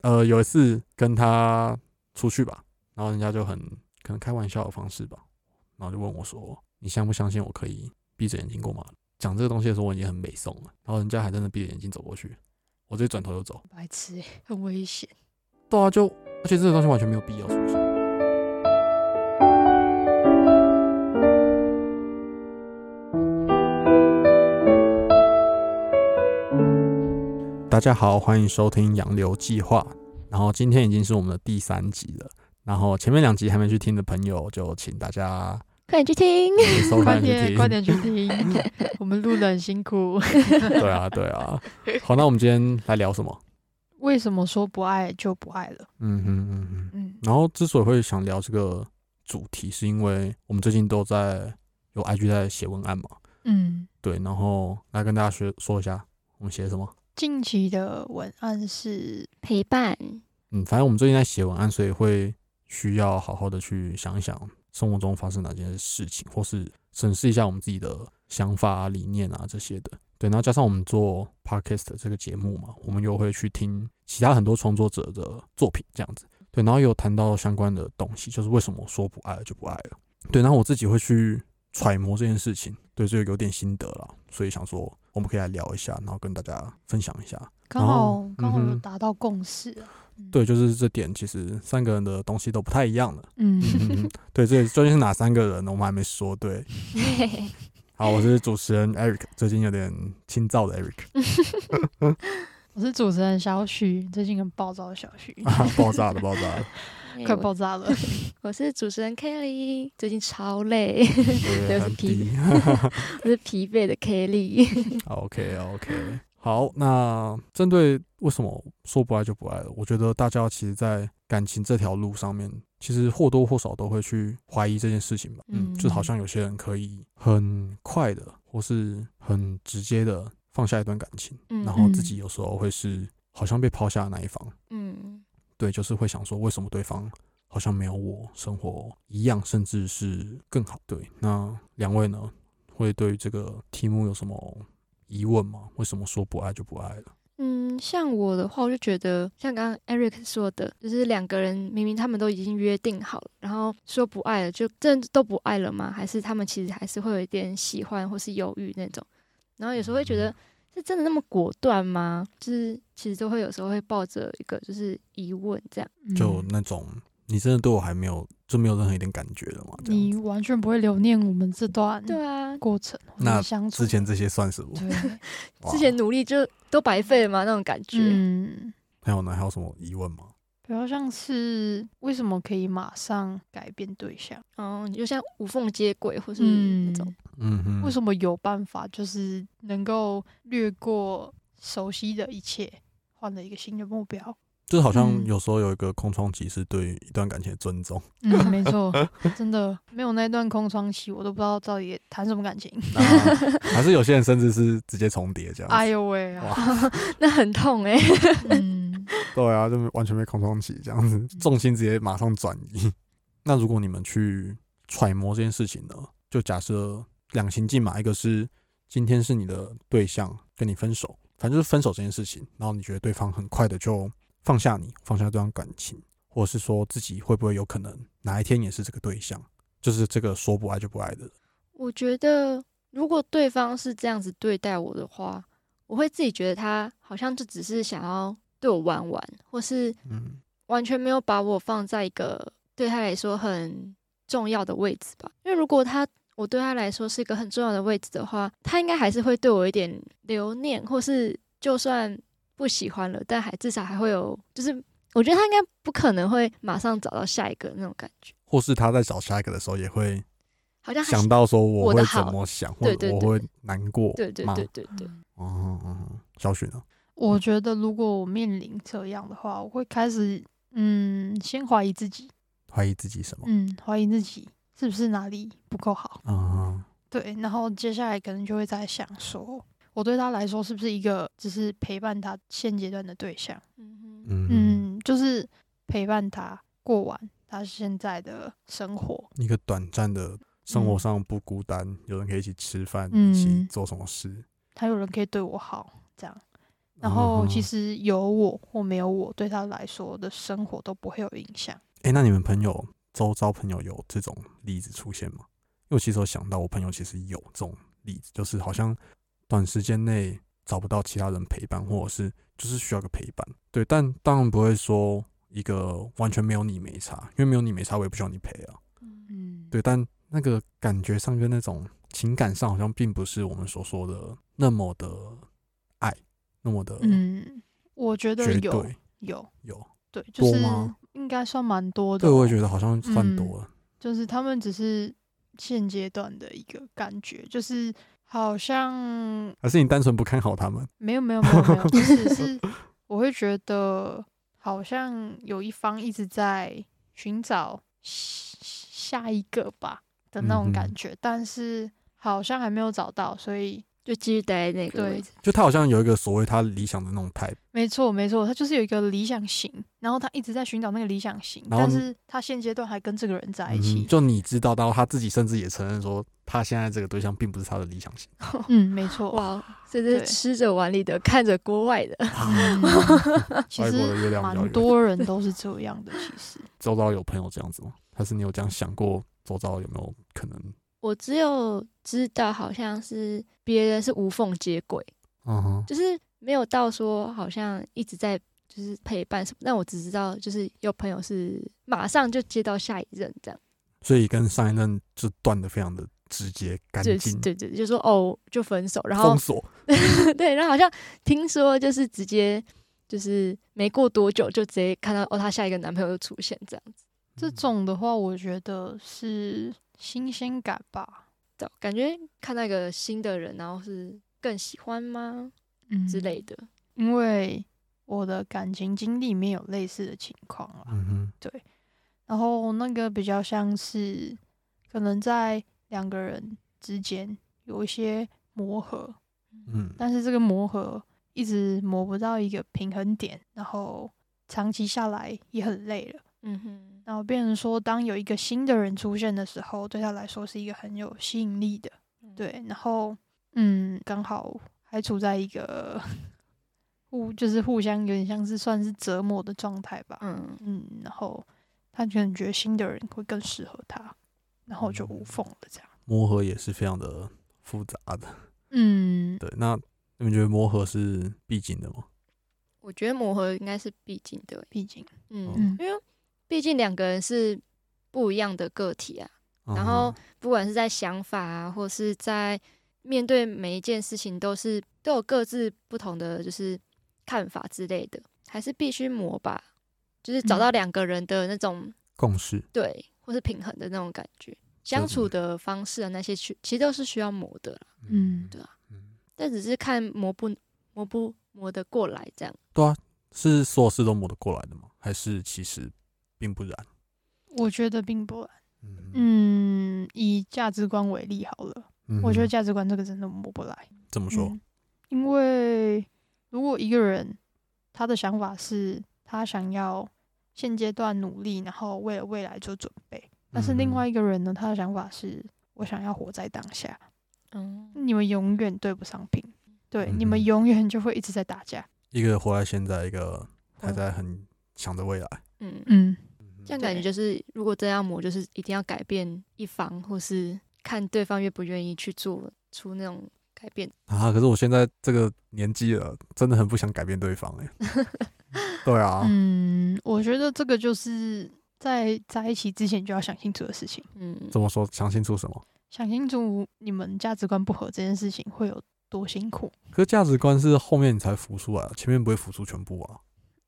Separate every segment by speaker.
Speaker 1: 呃有一次跟他出去吧，然后人家就很可能开玩笑的方式吧，然后就问我说：“你相不相信我可以闭着眼睛过马路？”讲这个东西的时候，我已经很美送了，然后人家还真的闭着眼睛走过去，我直接转头就走。
Speaker 2: 白痴欸，很危险。
Speaker 1: 对啊，就而且这个东西完全没有必要出现。大家好，欢迎收听《洋流计划》，然后今天已经是我们的第三集了。然后前面两集还没去听的朋友，就请大 家
Speaker 3: 快点去听。
Speaker 1: 去收
Speaker 2: 快
Speaker 1: 看去
Speaker 2: 点，快
Speaker 1: 听。
Speaker 2: 点去听， 我们录的很辛苦。
Speaker 1: 对啊，对啊。好，那我们今天来聊什么？
Speaker 2: 为什么说不爱就不爱了？
Speaker 1: 嗯哼嗯哼。
Speaker 2: 嗯，
Speaker 1: 然后之所以会想聊这个主题，是因为我们最近都在有 IG 在写文案嘛，
Speaker 2: 嗯，
Speaker 1: 对，然后来跟大家学说一下我们写什么。
Speaker 2: 近期的文案是，
Speaker 3: 陪伴，
Speaker 1: 嗯，反正我们最近在写文案，所以会需要好好的去想一想生活中发生哪件事情，或是审视一下我们自己的想法啊、理念啊这些的。对，然后加上我们做 podcast 这个节目嘛，我们又会去听其他很多创作者的作品，这样子。对，然后也有谈到相关的东西，就是为什么说不爱了就不爱了。对，然后我自己会去揣摩这件事情，对，这个有点心得啦，所以想说我们可以来聊一下，然后跟大家分享一下。
Speaker 2: 刚好
Speaker 1: 哦
Speaker 2: 刚好
Speaker 1: 嗯
Speaker 2: 有
Speaker 1: 哼
Speaker 2: 达到共识了。嗯
Speaker 1: 对，，就是这点，其实三个人的东西都不太一样了。
Speaker 2: 嗯，
Speaker 1: 嗯， 对，这究竟是哪三个人呢？我们还没说。 对，好，我是主持人 Eric，最近有点清燥的 Eric，
Speaker 2: 我是主持人小许，最近很暴躁的小许，
Speaker 1: 啊，爆炸了，爆炸了，
Speaker 2: 快爆炸 了。
Speaker 3: 我！我是主持人 Kelly，最近超累，
Speaker 1: 对，
Speaker 3: 又是
Speaker 1: 很
Speaker 3: 屁
Speaker 1: 低。
Speaker 3: 我是疲惫的 Kelly。
Speaker 1: 啊 OK，OK，好， 那针对为什么说不爱就不爱了，我觉得大家其实，在感情这条路上面，其实或多或少都会去怀疑这件事情吧。嗯，就好像有些人可以很快的，或是很直接的放下一段感情。
Speaker 2: 嗯
Speaker 1: 然后自己有时候会是好像被抛下的那一方，
Speaker 3: 嗯，
Speaker 1: 对，就是会想说为什么对方好像没有我生活一样，甚至是更好。对，那两位呢，会对于这个题目有什么疑问吗？为什么说不爱就不爱了？
Speaker 3: 嗯，像我的话，我就觉得像刚刚 Eric 说的，就是两个人明明他们都已经约定好了，然后说不爱了，就真的都不爱了吗？还是他们其实还是会有一点喜欢或是犹豫那种？然后有时候会觉
Speaker 2: 嗯
Speaker 3: 得是真的那么果断吗？就是其实都会有时候会抱着一个就是疑问这样。
Speaker 1: 就
Speaker 2: 嗯
Speaker 1: 那种你真的对我还没有就没有任何一点感觉了嘛？这样
Speaker 2: 你
Speaker 1: 子，
Speaker 2: 完全不会留念我们这段
Speaker 3: 对啊，
Speaker 2: 过程，或者
Speaker 1: 那
Speaker 2: 相处
Speaker 1: 之前这些算什么？
Speaker 2: 对，
Speaker 1: 哇
Speaker 3: 之前努力就都白费了吗？那种感觉。
Speaker 2: 嗯。
Speaker 1: 还有呢？还有什么疑问吗？
Speaker 2: 比较像是为什么可以马上改变对象？
Speaker 3: 哦，你就像无缝接轨，或是那
Speaker 2: 嗯，
Speaker 3: 种，
Speaker 1: 嗯哼，
Speaker 2: 为什么有办法就是能够略过熟悉的一切，换了一个新的目标？
Speaker 1: 就是好像
Speaker 2: 嗯
Speaker 1: 有时候有一个空窗期是对于一段感情的尊重。
Speaker 2: 嗯，没错， 真的没有那段空窗期，我都不知道到底谈什么感情。
Speaker 1: 啊，还是有些人甚至是直接重叠这样子。
Speaker 2: 哎呦喂啊！
Speaker 3: 那很痛哎、
Speaker 2: 嗯，
Speaker 1: 对啊，就没完全没空窗期这样子，重心直接马上转移。 那如果你们去揣摩这件事情呢，就假设两情境嘛，一个是今天是你的对象跟你分手，反正就是分手这件事情，然后你觉得对方很快的就放下你，放下这段感情，或者是说自己会不会有可能哪一天也是这个对象，就是这个说不爱就不爱的人。
Speaker 3: 我觉得如果对方是这样子对待我的话，我会自己觉得他好像就只是想要对我玩玩，或是
Speaker 1: 嗯，
Speaker 3: 完全没有把我放在一个对他来说很重要的位置吧。因为如果他我对他来说是一个很重要的位置的话，他应该还是会对我有一点留念，或是就算不喜欢了，但还至少还会有，就是我觉得他应该不可能会马上找到下一个那种感觉，
Speaker 1: 或是他在找下一个的时候，也会
Speaker 3: 好像还
Speaker 1: 想到说我
Speaker 3: 我的
Speaker 1: 会
Speaker 3: 好
Speaker 1: 怎么想，或
Speaker 3: 对
Speaker 1: 者
Speaker 3: 对
Speaker 1: 我
Speaker 3: 对
Speaker 1: 会难过吗？
Speaker 3: 对对对对对，
Speaker 1: 哦，哦哦小雪呢？
Speaker 2: 我觉得如果我面临这样的话，我会开始嗯，先怀疑自己，
Speaker 1: 怀疑自己什么？
Speaker 2: 嗯，怀疑自己是不是哪里不够好。
Speaker 1: 啊、
Speaker 2: 对，然后接下来可能就会在想说，我对他来说是不是一个只是陪伴他现阶段的对象？
Speaker 3: 嗯哼
Speaker 1: 嗯嗯，
Speaker 2: 嗯，就是陪伴他过完他现在的生活。
Speaker 1: 一个短暂的生活上不孤单，有人可以一起吃饭，
Speaker 2: 嗯
Speaker 1: 一起做什么事。
Speaker 2: 他有人可以对我好，这样。然后
Speaker 1: 嗯
Speaker 2: 其
Speaker 1: 哼
Speaker 2: 实有我或没有我，对他来说的生活都不会有影响。
Speaker 1: 哎、那你们朋友周遭朋友有这种例子出现吗？因为我其实有想到，我朋友其实有这种例子，就是好像短时间内找不到其他人陪伴，或者是就是需要个陪伴。对，但当然不会说一个完全没有你没差，因为没有你没差，我也不需要你陪啊。
Speaker 2: 嗯，
Speaker 1: 对，但那个感觉上跟那种情感上，好像并不是我们所说的那么的爱，那么的
Speaker 2: 嗯，我觉得
Speaker 1: 绝
Speaker 2: 有
Speaker 1: 对
Speaker 2: 有
Speaker 1: 有。
Speaker 2: 对，就
Speaker 1: 多
Speaker 2: 是
Speaker 1: 吗
Speaker 2: 应该算蛮多的
Speaker 1: 对，
Speaker 2: 哦、
Speaker 1: 我也觉得好像算
Speaker 2: 嗯
Speaker 1: 多了。
Speaker 2: 就是他们只是现阶段的一个感觉，就是好像
Speaker 1: 还是你单纯不看好他们？
Speaker 2: 没有没有没有没有，就 是是我会觉得好像有一方一直在寻找下下一个吧的
Speaker 1: 嗯
Speaker 2: 那
Speaker 1: 哼
Speaker 2: 种感觉，但是好像还没有找到，所以
Speaker 3: 就继续待在那个位置。
Speaker 1: 就他好像有一个所谓他理想的那种 type，
Speaker 2: 没错没错，他就是有一个理想型，然后他一直在寻找那个理想型，
Speaker 1: 然后
Speaker 2: 但是他现阶段还跟这个人在一
Speaker 1: 嗯
Speaker 2: 起，
Speaker 1: 就你知道，然后他自己甚至也承认说，他现在这个对象并不是他的理想型。
Speaker 2: 嗯，没错，
Speaker 3: 哇，哦所以这是
Speaker 2: 对
Speaker 3: 吃着碗里的，看着锅外的。
Speaker 2: 嗯 其
Speaker 1: 外国的
Speaker 2: 实
Speaker 1: 月亮比较
Speaker 2: 蛮
Speaker 1: 圆。
Speaker 2: 多人都是这样的，其 实，
Speaker 1: 周遭有朋友这样子吗？还是你有这样想过，周遭有没有可能？
Speaker 3: 我只有知道好像是别人是无缝接轨，
Speaker 1: 嗯哼，
Speaker 3: 就是没有到说好像一直在就是陪伴什么。但我只知道就是有朋友是马上就接到下一任这样，
Speaker 1: 所以跟上一任就断的非常的直接干
Speaker 3: 对
Speaker 1: 净，
Speaker 3: 对对，就说哦就分手，然后
Speaker 1: 封锁。
Speaker 3: 对，然后好像听说就是直接就是没过多久就直接看到哦她下一个男朋友又出现这样子，
Speaker 2: 这
Speaker 1: 嗯
Speaker 2: 种的话，我觉得是新鲜感吧，
Speaker 3: 对感觉看到一个新的人，然后是更喜欢吗
Speaker 2: 嗯
Speaker 3: 之类的。
Speaker 2: 因为我的感情经历里面有类似的情况啦，
Speaker 1: 嗯哼，
Speaker 2: 然后那个比较像是可能在两个人之间有一些磨合，
Speaker 1: 嗯，
Speaker 2: 但是这个磨合一直磨不到一个平衡点，然后长期下来也很累了。
Speaker 3: 嗯哼，
Speaker 2: 然后变成说，当有一个新的人出现的时候，对他来说是一个很有吸引力的，对。然后，嗯，刚好还处在一个互就是互相有点像是算是折磨的状态吧，
Speaker 3: 嗯，
Speaker 2: 嗯。然后他可能觉得新的人会更适合他，然后就无缝了这样，
Speaker 1: 磨合也是非常的复杂的。
Speaker 2: 嗯，
Speaker 1: 对，那你们觉得磨合是必经的吗？
Speaker 3: 我觉得磨合应该是必经的，
Speaker 2: 毕竟，
Speaker 3: 嗯，
Speaker 2: 嗯
Speaker 3: 因为毕竟两个人是不一样的个体啊，然后
Speaker 1: 嗯哼
Speaker 3: 不管是在想法啊，或是在面对每一件事情，都是都有各自不同的就是看法之类的，还是必须磨吧，就是找到
Speaker 2: 嗯
Speaker 3: 两个人的那种、
Speaker 1: 共识，
Speaker 3: 对，或是平衡的那种感觉，
Speaker 1: 这
Speaker 3: 相
Speaker 1: 是
Speaker 3: 处的方式啊，那些去其实都是需要磨的啦，
Speaker 2: 嗯
Speaker 3: 对啊，
Speaker 1: 嗯，
Speaker 3: 但只是看磨不磨不磨得过来这样。
Speaker 1: 是所有事都磨得过来的吗？还是其实并不然？
Speaker 2: 我觉得并不然，
Speaker 1: 嗯
Speaker 2: 嗯，以价值观为例好了，
Speaker 1: 嗯
Speaker 2: 我觉得
Speaker 1: 哼
Speaker 2: 价值观这个真的磨不来。
Speaker 1: 怎么说？
Speaker 2: 嗯因为如果一个人他的想法是他想要现阶段努力，然后为了未来做准备，但
Speaker 1: 嗯
Speaker 2: 是另外一个人呢，他的想法是我想要活在当下，
Speaker 1: 哦
Speaker 3: 嗯，
Speaker 2: 你们永远对不上频，对，你
Speaker 1: 嗯
Speaker 2: 们永远就会一直在打架。
Speaker 1: 一个活在现在，一个还在很想着未来。
Speaker 3: 嗯，
Speaker 2: 嗯，
Speaker 3: 这样感觉就是，如果真要磨，就是一定要改变一方，或是看对方愿不愿意去做出那种改变。
Speaker 1: 啊，可是我现在这个年纪了，真的很不想改变对 方哎、对啊，
Speaker 2: 嗯，我觉得这个就是在在一起之前就要想清楚的事情，
Speaker 3: 嗯，
Speaker 1: 怎么说？想清楚什么？
Speaker 2: 想清楚你们价值观不合这件事情会有多辛苦。
Speaker 1: 可是价值观是后面你才浮出来，前面不会浮出全部啊。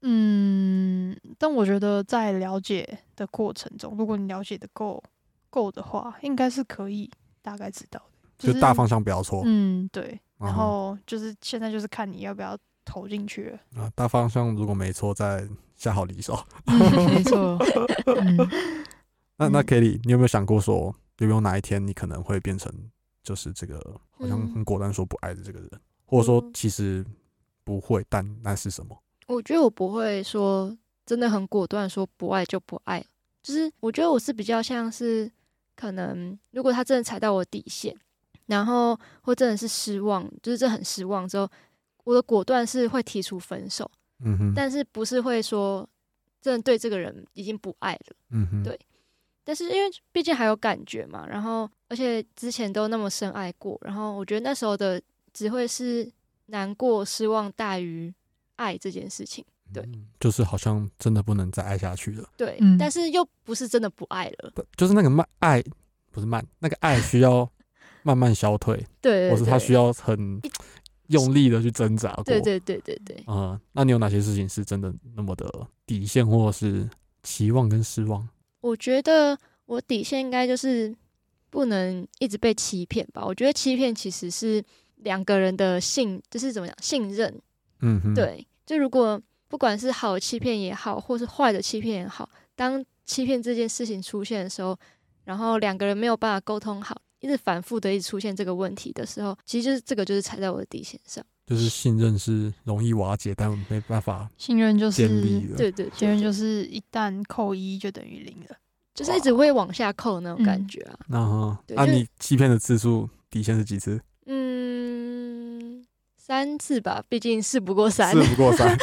Speaker 2: 嗯，但我觉得在了解的过程中，如果你了解的够够的话，应该是可以大概知道的，
Speaker 1: 就是大方向不要错，
Speaker 2: 嗯，对。然
Speaker 1: 嗯哼
Speaker 2: 后就是现在就是看你要不要投进去了。
Speaker 1: 啊，大方向如果没错，再下好离手。
Speaker 2: 没错。嗯
Speaker 1: 那那
Speaker 2: 嗯
Speaker 1: Kelly，你有没有想过说，有没有哪一天你可能会变成就是这个好像
Speaker 3: 嗯
Speaker 1: 很果断说不爱的这个人，或者说
Speaker 3: 嗯
Speaker 1: 其实不会，但那是什么？
Speaker 3: 我觉得我不会说真的很果断说不爱就不爱，就是我觉得我是比较像是可能如果他真的踩到我底线，然后或真的是失望，就是这很失望之后，我的果断是会提出分手，
Speaker 1: 嗯哼，
Speaker 3: 但是不是会说真的对这个人已经不爱了。
Speaker 1: 嗯哼，
Speaker 3: 对但是因为毕竟还有感觉嘛，然后而且之前都那么深爱过，然后我觉得那时候的只会是难过、失望大于爱这件事情。对
Speaker 1: 嗯，就是好像真的不能再爱下去了，
Speaker 3: 对，
Speaker 2: 嗯
Speaker 3: 但是又不是真的不爱了。
Speaker 1: 不就是那个慢爱，不是慢，那个爱需要慢慢消退，
Speaker 3: 对，
Speaker 1: 或是他需
Speaker 3: 要。
Speaker 1: 要很用力的去挣扎过。
Speaker 3: 对对对对对，
Speaker 1: 啊、那你有哪些事情是真的那么的底线，或者是期望跟失望？
Speaker 3: 我觉得我底线应该就是不能一直被欺骗吧。我觉得欺骗其实是两个人的信，就是怎么讲信任。
Speaker 1: 嗯哼，，
Speaker 3: 对，就如果不管是好的欺骗也好，或是坏的欺骗也好，当欺骗这件事情出现的时候，然后两个人没有办法沟通好，一直反复的一直出现这个问题的时候，其实就是这个就是踩在我的底线上。
Speaker 1: 就是信任是容易瓦解，但没办法
Speaker 2: 信任就
Speaker 1: 建立
Speaker 2: 是
Speaker 1: 的。
Speaker 3: 对对
Speaker 2: 信
Speaker 3: 对
Speaker 2: 任
Speaker 3: 对，
Speaker 2: 就是一旦扣一就等于零了。
Speaker 3: 就是一直会往下扣那种感
Speaker 2: 嗯
Speaker 3: 觉啊。
Speaker 1: 那哈，
Speaker 3: 对
Speaker 1: 那、
Speaker 3: 就是
Speaker 1: 你欺骗的次数底线是几次？
Speaker 3: 嗯，三次吧，毕竟事不过三
Speaker 1: 四。 不过三。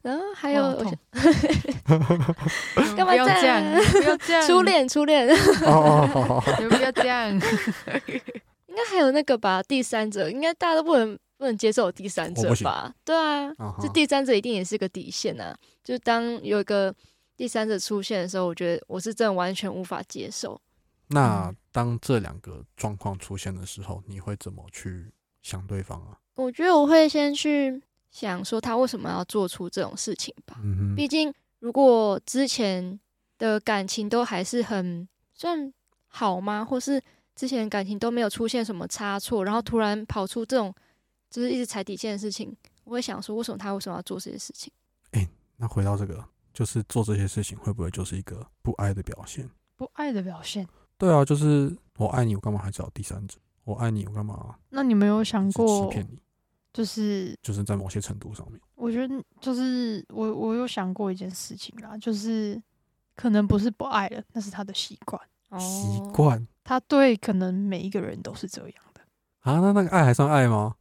Speaker 3: 然后还
Speaker 2: 还
Speaker 3: 有我想干 嘛
Speaker 2: 不要
Speaker 3: 这
Speaker 2: 这
Speaker 3: 样
Speaker 2: 样？不要这样，
Speaker 3: 初，恋，初恋，
Speaker 1: 哦哦哦哦哦，
Speaker 2: 不要这样。
Speaker 3: 应该还有那个吧，第三者，应该大家都不能不能接受第三
Speaker 1: 我哦
Speaker 3: 者
Speaker 1: 不行
Speaker 3: 吧？对啊，
Speaker 1: 啊哈
Speaker 3: 这第三者一定也是个底线啊。就是当有一个第三者出现的时候，我觉得我是真的完全无法接受。
Speaker 1: 那当这两个状况出现的时候，你会怎么去想对方啊？
Speaker 3: 我觉得我会先去想说他为什么要做出这种事情吧。
Speaker 1: 嗯哼，
Speaker 3: 毕竟如果之前的感情都还是很算好吗，或是之前感情都没有出现什么差错，然后突然跑出这种就是一直踩底线的事情，我会想说为什么他为什么要做这些事情？
Speaker 1: 那回到这个，就是做这些事情会不会就是一个不爱的表现？
Speaker 2: 不爱的表现。
Speaker 1: 对啊，就是我爱你，我干嘛还找第三者？我爱你，我干嘛
Speaker 2: 那你们有想
Speaker 1: 一直欺
Speaker 2: 过，
Speaker 1: 骗你？
Speaker 2: 就是
Speaker 1: 就是在某些程度上面，
Speaker 2: 我觉得就是我我有想过一件事情啦，就是可能不是不爱了，那是他的习惯，
Speaker 3: 哦
Speaker 1: 习惯
Speaker 2: 他对可能每一个人都是这样的，
Speaker 1: 啊，那那个爱还算爱吗？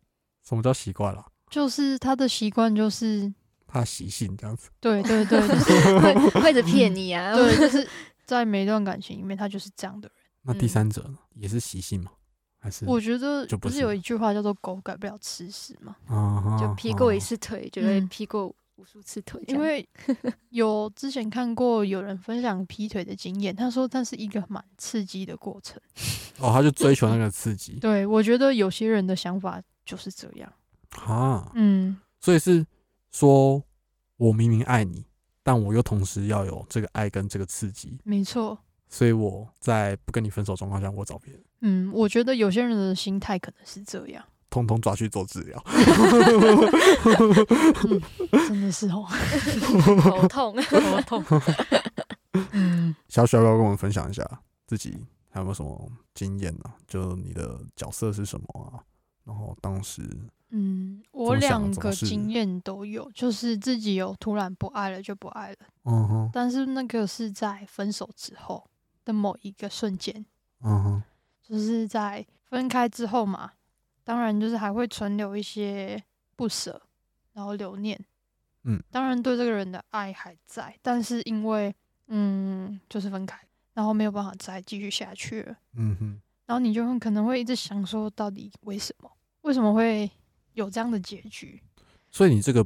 Speaker 1: 什么叫习惯啦？
Speaker 2: 就是他的习惯就是
Speaker 1: 他习性这样子，
Speaker 2: 对对对，就是
Speaker 3: 会会一直骗你啊！
Speaker 2: 对，就是在每一段感情里面，他就是这样的人。
Speaker 1: 那
Speaker 3: 嗯
Speaker 1: 第三者呢？也是习性吗？还是
Speaker 2: 我觉得
Speaker 1: 就不
Speaker 2: 不是
Speaker 1: 是
Speaker 2: 有一句话叫做“狗改不了吃屎”吗？
Speaker 1: 啊
Speaker 3: 就劈过一
Speaker 1: 次，
Speaker 3: 次腿，就会
Speaker 2: 嗯
Speaker 3: 劈过无数次腿这
Speaker 2: 因
Speaker 3: 样，
Speaker 2: 为 有之前看过有人分享劈腿的经验，他说那是一个蛮刺激的过程。
Speaker 1: 哦，他就追求那个刺激
Speaker 2: 对我觉得有些人的想法就是这样。
Speaker 1: 啊，
Speaker 2: 嗯，
Speaker 1: 所以是说我明明爱你，但我又同时要有这个爱跟这个刺激，
Speaker 2: 没错。
Speaker 1: 所以我在不跟你分手状况下，我找别人，
Speaker 2: 嗯，我觉得有些人的心态可能是这 样，
Speaker 1: 通通抓去做治疗。
Speaker 2: 真的是哦。
Speaker 3: 头痛。
Speaker 2: 头痛。 嗯，
Speaker 1: 小雪要不要跟我们分享一下自己还有没有什么经验呢、啊就你的角色是什么啊？然后当时
Speaker 2: 嗯，
Speaker 1: 怎
Speaker 2: 我
Speaker 1: 么想啊
Speaker 2: 两
Speaker 1: 怎么
Speaker 2: 个
Speaker 1: 是
Speaker 2: 经验都有，就是自己有突然不爱了就不爱了，
Speaker 1: 嗯哼，
Speaker 2: 但是那个是在分手之后的某一个瞬间，
Speaker 1: 嗯哼，
Speaker 2: 就是在分开之后嘛，当然就是还会存留一些不舍，然后留念。
Speaker 1: 嗯，
Speaker 2: 当然对这个人的爱还在，但是因为嗯，就是分开，然后没有办法再继续下去了，
Speaker 1: 嗯哼，
Speaker 2: 然后你就会可能会一直想说，到底为什么？为什么会有这样的结局？
Speaker 1: 所以你这个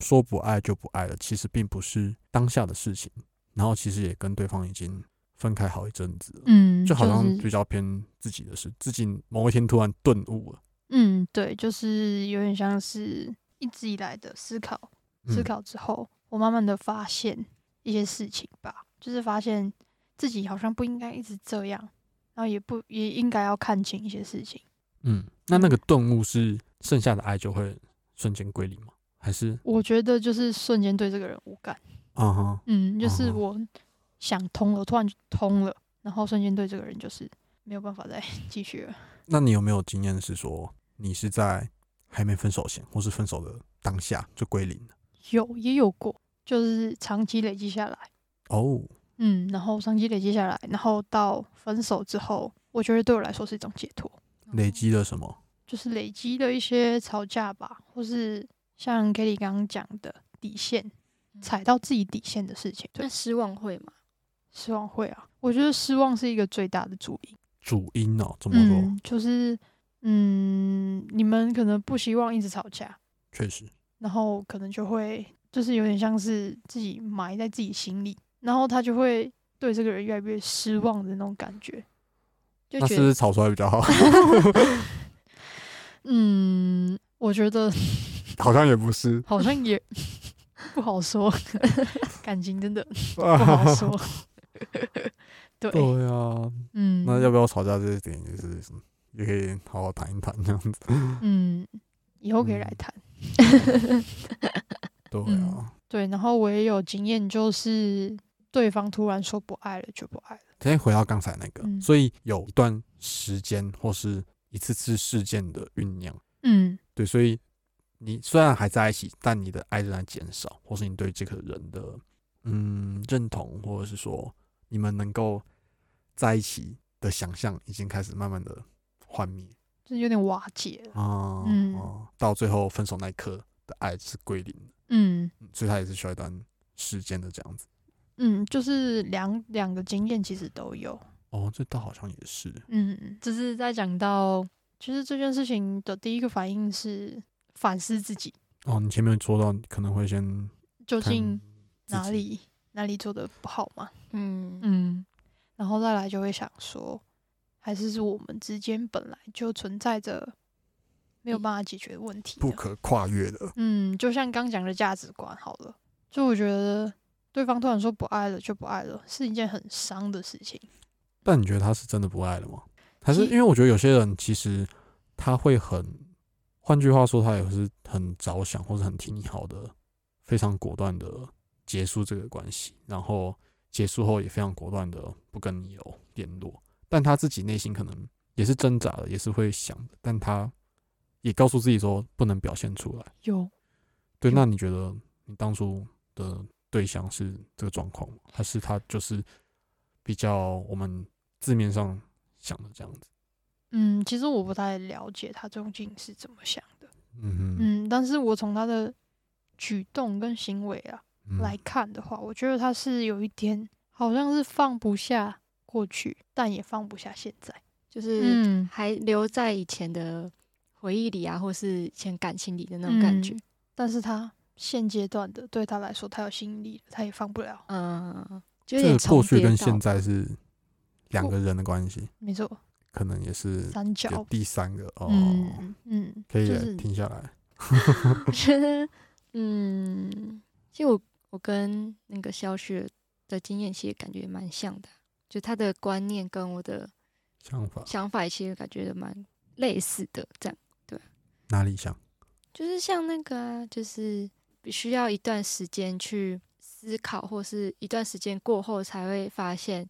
Speaker 1: 说不爱就不爱了，其实并不是当下的事情，然后其实也跟对方已经分开好一阵子了。
Speaker 2: 嗯，
Speaker 1: 就好像
Speaker 2: 是
Speaker 1: 比较偏自己的事，自己某一天突然顿悟了，
Speaker 2: 嗯，对，就是有点像是一直以来的思考，思
Speaker 1: 嗯
Speaker 2: 考之后，我慢慢的发现一些事情吧，就是发现自己好像不应该一直这样，然后也不也应该要看清一些事情。
Speaker 1: 嗯，那那个顿悟是剩下的爱就会瞬间归零吗？还是
Speaker 2: 我觉得就是瞬间对这个人无感，
Speaker 1: 啊哈？
Speaker 2: 嗯，就是
Speaker 1: 嗯哼
Speaker 2: 我想通了，突然就通了，然后瞬间对这个人就是没有办法再 继续了。
Speaker 1: 那你有没有经验是说你是在还没分手前，或是分手的当下就归零了？
Speaker 2: 有也有过，就是长期累积下来，
Speaker 1: 哦，
Speaker 2: 嗯，然后长期累积下来，然后到分手之后，我觉得对我来说是一种解脱。
Speaker 1: 累积了什么？
Speaker 2: 就是累积了一些吵架吧，或是像 Kelly 刚刚讲的底线，踩到自己底线的事情。对
Speaker 3: 那，失望会吗？
Speaker 2: 失望会啊，我觉得失望是一个最大的主因。
Speaker 1: 主因哦，怎么说？
Speaker 2: 嗯，就是嗯，你们可能不希望一直吵架，
Speaker 1: 确实，
Speaker 2: 然后可能就会就是有点像是自己埋在自己心里，然后他就会对这个人越来越失望的那种感觉。
Speaker 3: 就
Speaker 1: 那是
Speaker 3: 觉得
Speaker 1: 不是吵出来比 较好？
Speaker 2: 嗯，我 觉得
Speaker 1: 好像也不是，
Speaker 2: 好像也不好说， 感情真 的 不好说。 对，
Speaker 1: 对啊，
Speaker 2: 嗯，
Speaker 1: 那要不要吵架这一点，就是也可以好好谈一谈这样子。
Speaker 2: 嗯，以后可以来
Speaker 1: 嗯
Speaker 2: 谈。
Speaker 1: 对
Speaker 2: 嗯
Speaker 1: 啊，
Speaker 2: 对，然后我也有经验，就是对方突然说不爱了就不爱了。
Speaker 1: 先回到刚才那个，
Speaker 2: 嗯
Speaker 1: 所以有一段时间或是一次次事件的酝酿，
Speaker 2: 嗯
Speaker 1: 对，所以你虽然还在一起，但你的爱仍然减少，或是你对这个人的嗯认同，或者是说你们能够在一起的想象，已经开始慢慢的幻灭
Speaker 2: 就是有点瓦解了。
Speaker 1: 啊，
Speaker 2: 嗯
Speaker 1: 哦到最后分手那一刻的爱是归零的，
Speaker 2: 嗯
Speaker 1: 嗯所以他也是需要一段时间的这样子。
Speaker 2: 嗯，就是两两个经验其实都有。
Speaker 1: 哦，这倒好像也是，
Speaker 2: 嗯，就是在讲到，其实这件事情的第一个反应是反思自己
Speaker 1: 哦，你前面说到可能会先
Speaker 2: 究竟
Speaker 1: 看自
Speaker 2: 哪
Speaker 1: 己
Speaker 2: 里哪里做的不好嘛。
Speaker 3: 嗯，
Speaker 2: 嗯，然后再来就会想说，还是是我们之间本来就存在着没有办法解决的问题
Speaker 1: 嗯
Speaker 2: 的
Speaker 1: 不可跨越的，
Speaker 2: 嗯，就像刚讲的价值观好了，就我觉得对方突然说不爱了就不爱了，是一件很伤的事情。
Speaker 1: 但你觉得他是真的不爱了吗？还是
Speaker 2: 其
Speaker 1: 因为我觉得有些人其实他会很，换句话说，他也是很着想或者很替你好的，非常果断的结束这个关系，然后结束后也非常果断的不跟你有联络。但他自己内心可能也是挣扎的，也是会想的，但他也告诉自己说不能表现出来。
Speaker 2: 有，
Speaker 1: 对，
Speaker 2: 就
Speaker 1: 那你觉得你当初的对象是这个状况吗？还是他就是比较我们字面上想的这样子？
Speaker 2: 嗯，其实我不太了解他究竟是怎么想的，
Speaker 1: 嗯
Speaker 2: 嗯，但是我从他的举动跟行为啊
Speaker 1: 哼，
Speaker 2: 来看的话，我觉得他是有一点好像是放不下过去，但也放不下现在。
Speaker 3: 就是
Speaker 2: 嗯，
Speaker 3: 还留在以前的回忆里啊，或是以前感情里的那种感觉。
Speaker 2: 嗯但是他现阶段的对他来说，他有吸引力了，他也放不了。
Speaker 3: 嗯，就有
Speaker 1: 这
Speaker 3: 点
Speaker 1: 个过去跟
Speaker 3: 重叠到
Speaker 1: 现在是两个人的关系，
Speaker 2: 没错，
Speaker 1: 可能也是
Speaker 2: 三
Speaker 1: 有
Speaker 2: 角，
Speaker 1: 第三个哦，
Speaker 3: 嗯，
Speaker 2: 嗯，
Speaker 1: 可以
Speaker 2: 就
Speaker 1: 来
Speaker 2: 是
Speaker 1: 停下来。
Speaker 3: 我觉得， 嗯，其实我我跟那个小雪的经验其实感觉蛮像的，啊就她的观念跟我的
Speaker 1: 想法
Speaker 3: 想法其实感觉蛮类似的，这样
Speaker 1: 哪里想？
Speaker 3: 就是像那个、啊，就是需要一段时间去思考，或是一段时间过后才会发现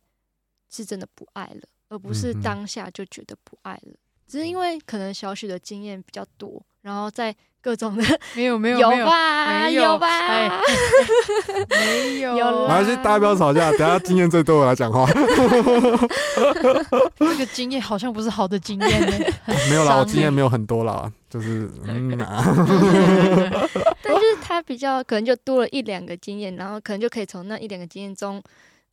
Speaker 3: 是真的不爱了，而不
Speaker 1: 嗯
Speaker 3: 是
Speaker 1: 哼嗯
Speaker 3: 当下就觉得不爱了。只是因为可能小许的经验比较多，然后在各种的
Speaker 2: 没有没有
Speaker 3: 啊有
Speaker 2: 没有
Speaker 3: 吧，
Speaker 2: 没有
Speaker 3: 吧，
Speaker 2: 哎没有
Speaker 3: 有
Speaker 1: 马
Speaker 3: 啦
Speaker 1: 来西亚大家不要吵架，等下经验最多我来讲话。
Speaker 2: 这个经验好像不是好的经验 呢、很
Speaker 1: 没有啦，
Speaker 2: 伤
Speaker 1: 我经验
Speaker 2: 欸
Speaker 1: 没有很多啦，就是嗯啊，
Speaker 3: 但就是他比较可能就多了一两个经验，然后可能就可以从那一两个经验中，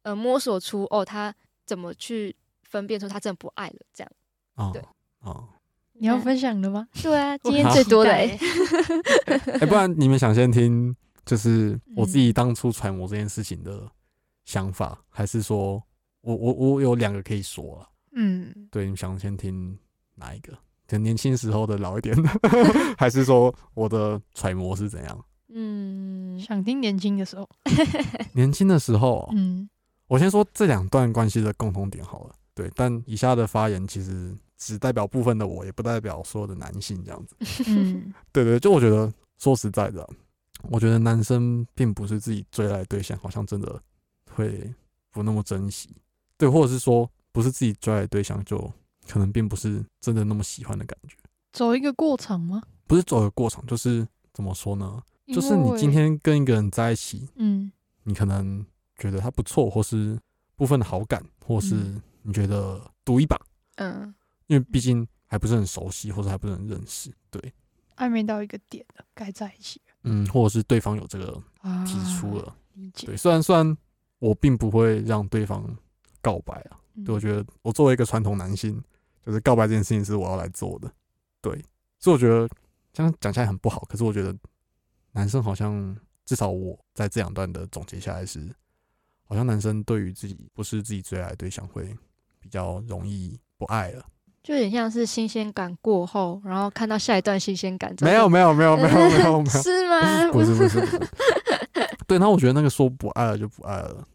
Speaker 3: 呃，摸索出哦，他怎么去分辨出他真的不爱了这样。
Speaker 1: 哦
Speaker 3: 对
Speaker 1: 哦，
Speaker 2: 你要分享的吗？
Speaker 3: 对 啊，
Speaker 2: 我
Speaker 3: 经验最多的、
Speaker 2: 好期待，
Speaker 3: 欸
Speaker 1: 哎、不然你们想先听，就是我自
Speaker 2: 嗯
Speaker 1: 己当初揣摩这件事情的想法，还是说我我我有两个可以说了？
Speaker 2: 嗯，
Speaker 1: 对，你们想先听哪一个？可能年轻时候的老一点的， 还是说我的揣摩是怎 样？
Speaker 3: 嗯，
Speaker 2: 想听年轻的时候，
Speaker 1: 年轻的时候哦、
Speaker 2: 嗯
Speaker 1: 我先说这两段关系的共同点好了。对，但以下的发言其实只代表部分的我，也不代表所有的男性这样子。
Speaker 2: 嗯
Speaker 1: 对对，就我觉得说实在的啊，我觉得男生并不是自己追来的对象，好像真的会不那么珍惜，对，或者是说不是自己追来的对象，就可能并不是真的那么喜欢的感觉，
Speaker 2: 走一个过场吗？
Speaker 1: 不是走的过程，就是怎么说呢？就是你今
Speaker 2: 因为，
Speaker 1: 天跟一个人在一起，
Speaker 2: 嗯
Speaker 1: 你可能觉得他不错，或是部分的好感，或是
Speaker 2: 嗯
Speaker 1: 你觉得赌一把，
Speaker 3: 嗯，
Speaker 1: 因为毕竟还不是很熟悉，或者还不是很认识，对，
Speaker 2: 暧昧到一个点了，该在一起
Speaker 1: 嗯，或者是对方有这个
Speaker 2: 了，啊
Speaker 1: 提出了，
Speaker 2: 理解
Speaker 1: 对，，虽然虽然我并不会让对方告白啊，对，我
Speaker 2: 得
Speaker 1: 觉得我作为一个传统男性，就是告白这件事情是我要来做的，对，所以我觉得这样讲起来很不好，可是我觉得男生好像至少我在这两段的总结下来是，好像男生对于自己不是自己最爱的对象会比较容易不爱了，
Speaker 3: 就有点像是新鲜感过后，然后看到下一段新鲜感。
Speaker 1: 没有没有没有没有没有没有，
Speaker 3: 是吗？
Speaker 1: 不是不是不是，不是对，那我觉得那个说不爱了就不爱了。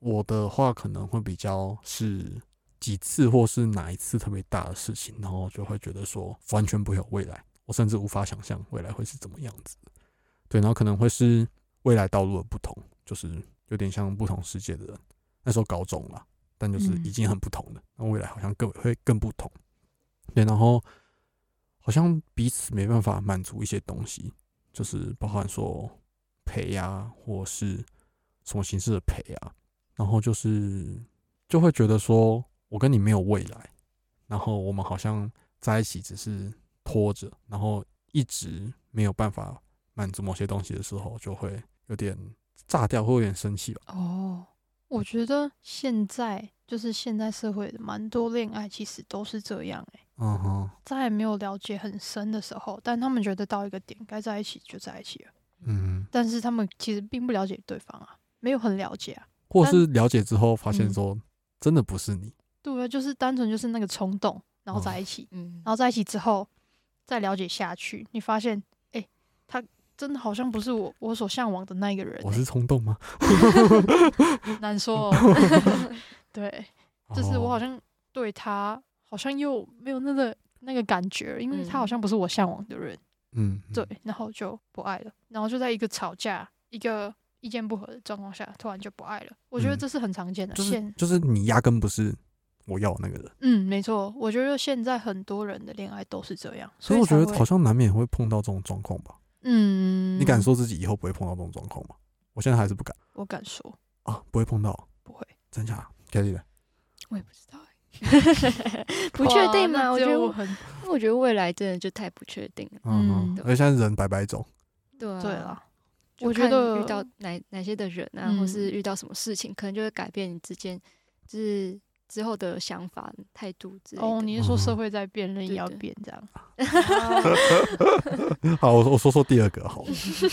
Speaker 1: 我的话可能会比较是几次或是哪一次特别大的事情，然后就会觉得说完全不会有未来，我甚至无法想象未来会是怎么样子。对，然后可能会是未来道路的不同，就是有点像不同世界的人。那时候高中啦，但就是
Speaker 2: 嗯
Speaker 1: 已经很不同了，那、未来好像更会更不同。对，然后好像彼此没办法满足一些东西，就是包含说陪啊，或是什么形式的陪啊，然后就是就会觉得说我跟你没有未来，然后我们好像在一起只是拖着，然后一直没有办法满足某些东西的时候，就会有点炸掉，会有点生气吧。
Speaker 2: 哦。我觉得现在就是现在社会蛮多恋爱其实都是这样哎、
Speaker 1: 嗯哼，
Speaker 2: 在还没有了解很深的时候，但他们觉得到一个点该在一起就在一起了，
Speaker 1: 嗯，
Speaker 2: 但是他们其实并不了解对方啊，没有很了解啊。
Speaker 1: 或
Speaker 2: 但
Speaker 1: 是了解之后发
Speaker 2: 嗯
Speaker 1: 现说真的不是你，
Speaker 2: 对啊，就是单纯就是那个冲动，然后
Speaker 1: 哦
Speaker 2: 在一起，
Speaker 3: 嗯
Speaker 2: 然后在一起之后再了解下去，你发现，哎、他真的好像不是我我所向往的那一个人、
Speaker 1: 我是冲动吗？
Speaker 2: 哎难 说、哦，对，就是我好
Speaker 1: 像
Speaker 2: 像对他好像又没有那个那个感觉，因为他好
Speaker 3: 嗯
Speaker 2: 像不是我向往的人，
Speaker 1: 嗯，嗯
Speaker 2: 对，然后就不爱了，然后就在一个吵架、一个意见不合的状况下，突然就不爱了。我觉得
Speaker 1: 嗯
Speaker 2: 这是很常见的，
Speaker 1: 就是
Speaker 2: 现
Speaker 1: 就是你压根不是我要的那个人，
Speaker 2: 嗯，没错，我觉得现在很多人的恋爱都是这样，
Speaker 1: 所以我觉
Speaker 2: 才
Speaker 1: 得
Speaker 2: 会
Speaker 1: 好像难免会碰到这种状况吧。
Speaker 2: 嗯，
Speaker 1: 你敢？说自己以后不会碰到这种状况吗？我现在还是不敢
Speaker 2: 我敢说
Speaker 1: 啊，不会碰到，
Speaker 2: 不会，
Speaker 1: 真假？Kelly 嘞
Speaker 3: 我也不知道 欸，不确定
Speaker 2: 哇那
Speaker 3: 吗？我
Speaker 2: 只
Speaker 3: 觉
Speaker 2: 有
Speaker 3: 得
Speaker 2: 我
Speaker 3: 我，
Speaker 2: 很
Speaker 3: 我觉得未来真的就太不确定了。
Speaker 1: 嗯
Speaker 2: 嗯
Speaker 1: 哼，而且现在人百百种，
Speaker 3: 对啊
Speaker 2: 对了，
Speaker 3: 就
Speaker 2: 我觉
Speaker 3: 看
Speaker 2: 得嗯
Speaker 3: 遇到哪哪些的人啊，或是遇到什么事情，可能就会改变你之间就是之后的想法、态度之类的。
Speaker 2: 哦，你是说社
Speaker 1: 嗯
Speaker 2: 会在变，人也
Speaker 3: 对
Speaker 2: 要
Speaker 3: 对
Speaker 2: 变这样？啊
Speaker 1: 好，我我说说第二个好了，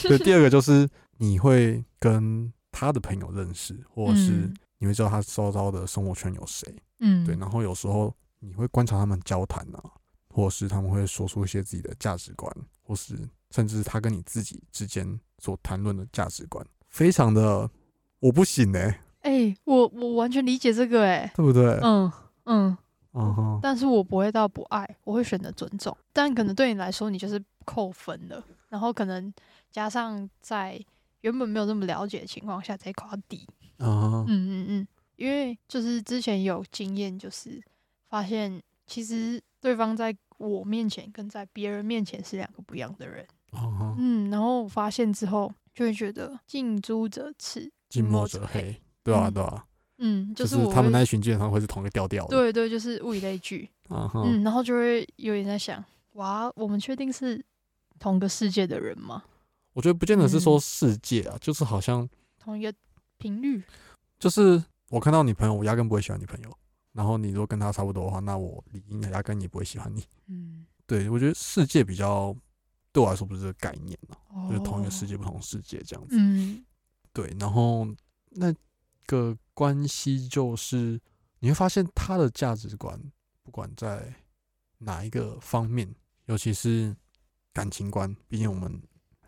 Speaker 1: 对，第二个就是你会跟他的朋友认识，或者是
Speaker 2: 嗯
Speaker 1: 你会知道他周遭的生活圈有谁，
Speaker 2: 嗯，
Speaker 1: 对，然后有时候你会观察他们交谈啊，或者是他们会说出一些自己的价值观，或是甚至他跟你自己之间所谈论的价值观，非常的我不行哎、
Speaker 2: 哎、我我完全理解这个、哎，
Speaker 1: 对不对？
Speaker 2: 嗯嗯，
Speaker 1: 嗯哼，
Speaker 2: 但是我不会到不爱，我会选择尊重。但可能对你来说，你就是扣分了，然后可能加上在原本没有那么了解的情况下，再夸低。
Speaker 1: 嗯哼，
Speaker 2: 嗯嗯嗯，因为就是之前有经验，就是发现其实对方在我面前跟在别人面前是两个不一样的人。
Speaker 1: 嗯哼，
Speaker 2: 嗯，然后我发现之后就会觉得近朱者赤，
Speaker 1: 近墨
Speaker 2: 者
Speaker 1: 者黑，对啊，
Speaker 2: 嗯
Speaker 1: 对啊，
Speaker 2: 嗯，
Speaker 1: 就是
Speaker 2: 我
Speaker 1: 他们
Speaker 2: 会
Speaker 1: 那一群基本上会是同一个调调的，，
Speaker 2: 对对，就是物以类聚。
Speaker 1: 嗯哼，
Speaker 2: 嗯，然后就会有点在想，哇，我们确定是同个世界的人吗？
Speaker 1: 我觉得不见得是
Speaker 2: 嗯
Speaker 1: 说世界啊，就是好像
Speaker 2: 同一个频率？
Speaker 1: 就是我看到你朋友，我压根不会喜欢你朋友。然后你如果跟他差不多的话，那我理应压根也不会喜欢你。
Speaker 2: 嗯，
Speaker 1: 对我觉得世界比较对我来说不是这个概念啊，
Speaker 2: 哦
Speaker 1: 就是同一个世。界不同世界这样子。
Speaker 2: 嗯
Speaker 1: 对，然后那个关系就是你会发现他的价值观，不管在哪一个方面，尤其是感情观，毕竟我们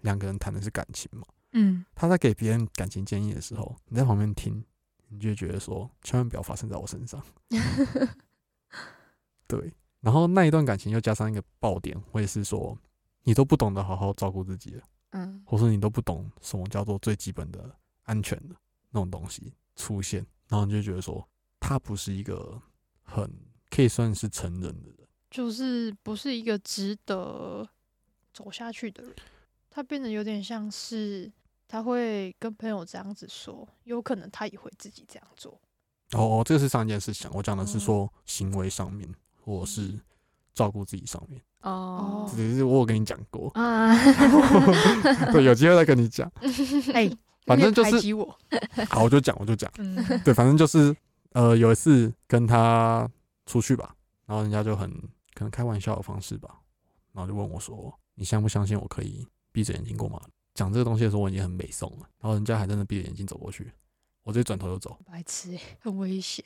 Speaker 1: 两个人谈的是感情嘛。
Speaker 2: 嗯，
Speaker 1: 他在给别人感情建议的时候，你在旁边听，你就会觉得说，千万不要发生在我身上。对，然后那一段感情又加上一个爆点，会是说，你都不懂得好好照顾自己了，
Speaker 3: 嗯，
Speaker 1: 或是你都不懂什么叫做最基本的安全的那种东西出现，然后你就觉得说，他不是一个很可以算是成人的人。
Speaker 2: 就是不是一个值得走下去的人，他变得有点像是他会跟朋友这样子说，有可能他也会自己这样 做。
Speaker 1: 哦哦，这个是上一件事情，我讲的是说行为上面，或者是照顾自己上面。
Speaker 3: 哦，
Speaker 2: 哦
Speaker 1: 只是我有跟你讲过
Speaker 3: 啊，
Speaker 1: 对，有机会再跟你讲。
Speaker 2: 哎，
Speaker 1: 反正就
Speaker 2: 排
Speaker 1: 是
Speaker 2: 挤我，
Speaker 1: 好，我就讲，我就讲。
Speaker 2: 嗯，
Speaker 1: 对，反正就是呃，有一次跟他出去吧，然后人家就很可能开玩笑的方式吧，然后就问我说：“你相不相信我可以闭着眼睛过马路？”讲这个东西的时候，我已经很美送了，然后人家还真的闭着眼睛走过去，我直接转头就走。
Speaker 2: 白痴，欸很危险，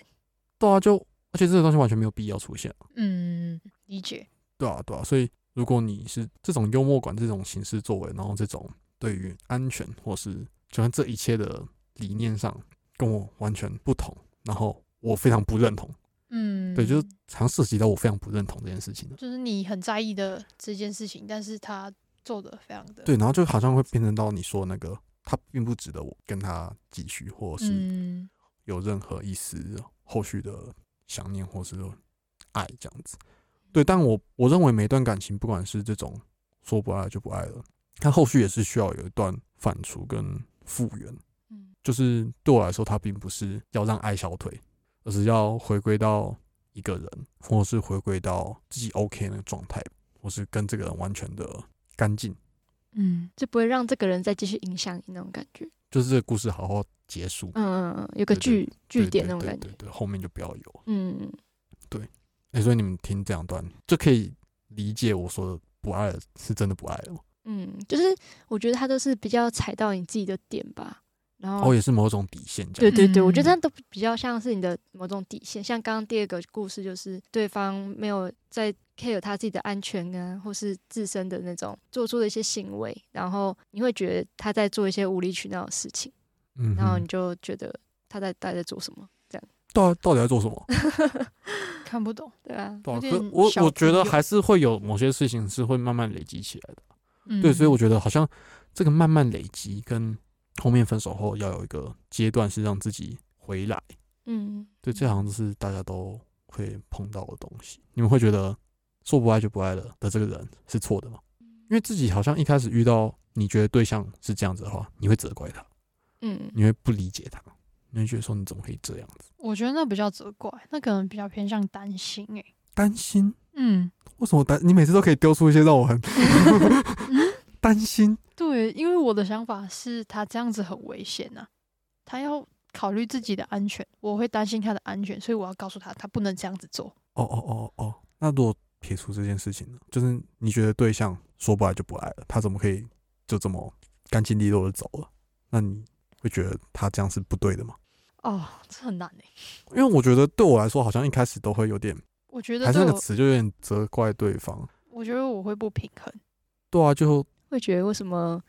Speaker 1: 对啊，就而且这个东西完全没有必要出现啊。
Speaker 2: 嗯，理解，
Speaker 1: 对啊，对啊，所以如果你是这种幽默感、这种形式作为，然后这种对于安全或是就算这一切的理念上跟我完全不同，然后我非常不认同。
Speaker 2: 嗯，
Speaker 1: 对，就是常涉及到我非常不认同这件事情的。
Speaker 2: 就是你很在意的这件事情，但是他做的非常的，
Speaker 1: 对，然后就好像会变成到你说那个，他并不值得我跟他继续，或者是
Speaker 2: 嗯，
Speaker 1: 有任何一丝后续的想念或是爱这样子。对，但我我认为每一段感情，不管是这种说不爱就不爱了，它后续也是需要有一段反刍跟复原。
Speaker 2: 嗯
Speaker 1: 就是对我来说，它并不是要让爱消退，而是要回归到一个人，或是回归到自己 OK 那个状态，或是跟这个人完全的干净，
Speaker 2: 嗯，
Speaker 3: 就不会让这个人再继续影响你那种感觉。
Speaker 1: 就是这个故事好好结束，
Speaker 3: 嗯，嗯嗯有
Speaker 1: 对
Speaker 3: 个
Speaker 1: 对
Speaker 3: 据
Speaker 1: 对
Speaker 3: 据点那种
Speaker 1: 对
Speaker 3: 感觉
Speaker 1: 对。对对，后面就不要有。
Speaker 3: 嗯，
Speaker 1: 哎、所以你们听这两段就可以理解我说的不爱了是真的不爱了
Speaker 2: 哦
Speaker 1: 吗，
Speaker 3: 嗯，就是我觉得他都是比较踩到你自己的点吧，然后、
Speaker 1: 哦，也是某种底线这
Speaker 3: 对
Speaker 1: 样。
Speaker 3: 对对，我觉得
Speaker 2: 嗯
Speaker 3: 他都比较像是你的某种底线，像刚刚第二个故事就是对方没有在 care 他自己的安全啊，或是自身的那种做出的一些行为，然后你会觉得他在做一些无理取闹的事情，
Speaker 1: 嗯
Speaker 3: 然后
Speaker 1: 哼
Speaker 3: 你就觉得他在他在做什么， 啊
Speaker 1: 到到底在做什么？
Speaker 2: 看不懂，
Speaker 3: 对啊，
Speaker 1: 对啊、可
Speaker 2: 有点
Speaker 1: 我
Speaker 2: 小
Speaker 1: 我觉
Speaker 2: 朋
Speaker 1: 得
Speaker 2: 友
Speaker 1: 还是会有某些事情是会慢慢累积起来的。
Speaker 2: 嗯，
Speaker 1: 对，所以我觉得好像这个慢慢累积跟后面分手后要有一个阶段是让自己回来。
Speaker 3: 嗯，
Speaker 1: 对，这好像就是大家都会碰到的东西。你们会觉得说不爱就不爱了的这个人是错的吗？因为自己好像一开始遇到你觉得对象是这样子的话，你会责怪他，
Speaker 3: 嗯
Speaker 1: 你会不理解他，你会觉得说你怎么可以这样子？
Speaker 2: 我觉得那比较责怪，那可能比较偏向担心、欸，哎，
Speaker 1: 担心？
Speaker 2: 嗯，
Speaker 1: 为什么担？你每次都可以丢出一些让我很
Speaker 2: 嗯
Speaker 1: 担心。
Speaker 2: 对，因为我的想法是他这样子很危险呐、他要考虑自己的安全，我会担心他的安全，所以我要告诉他，他不能这样子做。
Speaker 1: 哦哦哦哦，那如果撇除这件事情呢？就是你觉得对象说不爱就不爱了，他怎么可以就这么干净利落的走了？那你会觉得他这样是不对的吗？
Speaker 2: 哦，这很难哎、
Speaker 1: 因为我觉得对我来说，好像一开始都会有点，
Speaker 2: 我觉
Speaker 1: 还
Speaker 2: 得
Speaker 1: 是
Speaker 2: 对
Speaker 1: 那个
Speaker 2: 我，
Speaker 1: 词就有点责怪对方。
Speaker 2: 我觉得我会不平衡。
Speaker 1: 对啊，就
Speaker 3: 会觉得为什么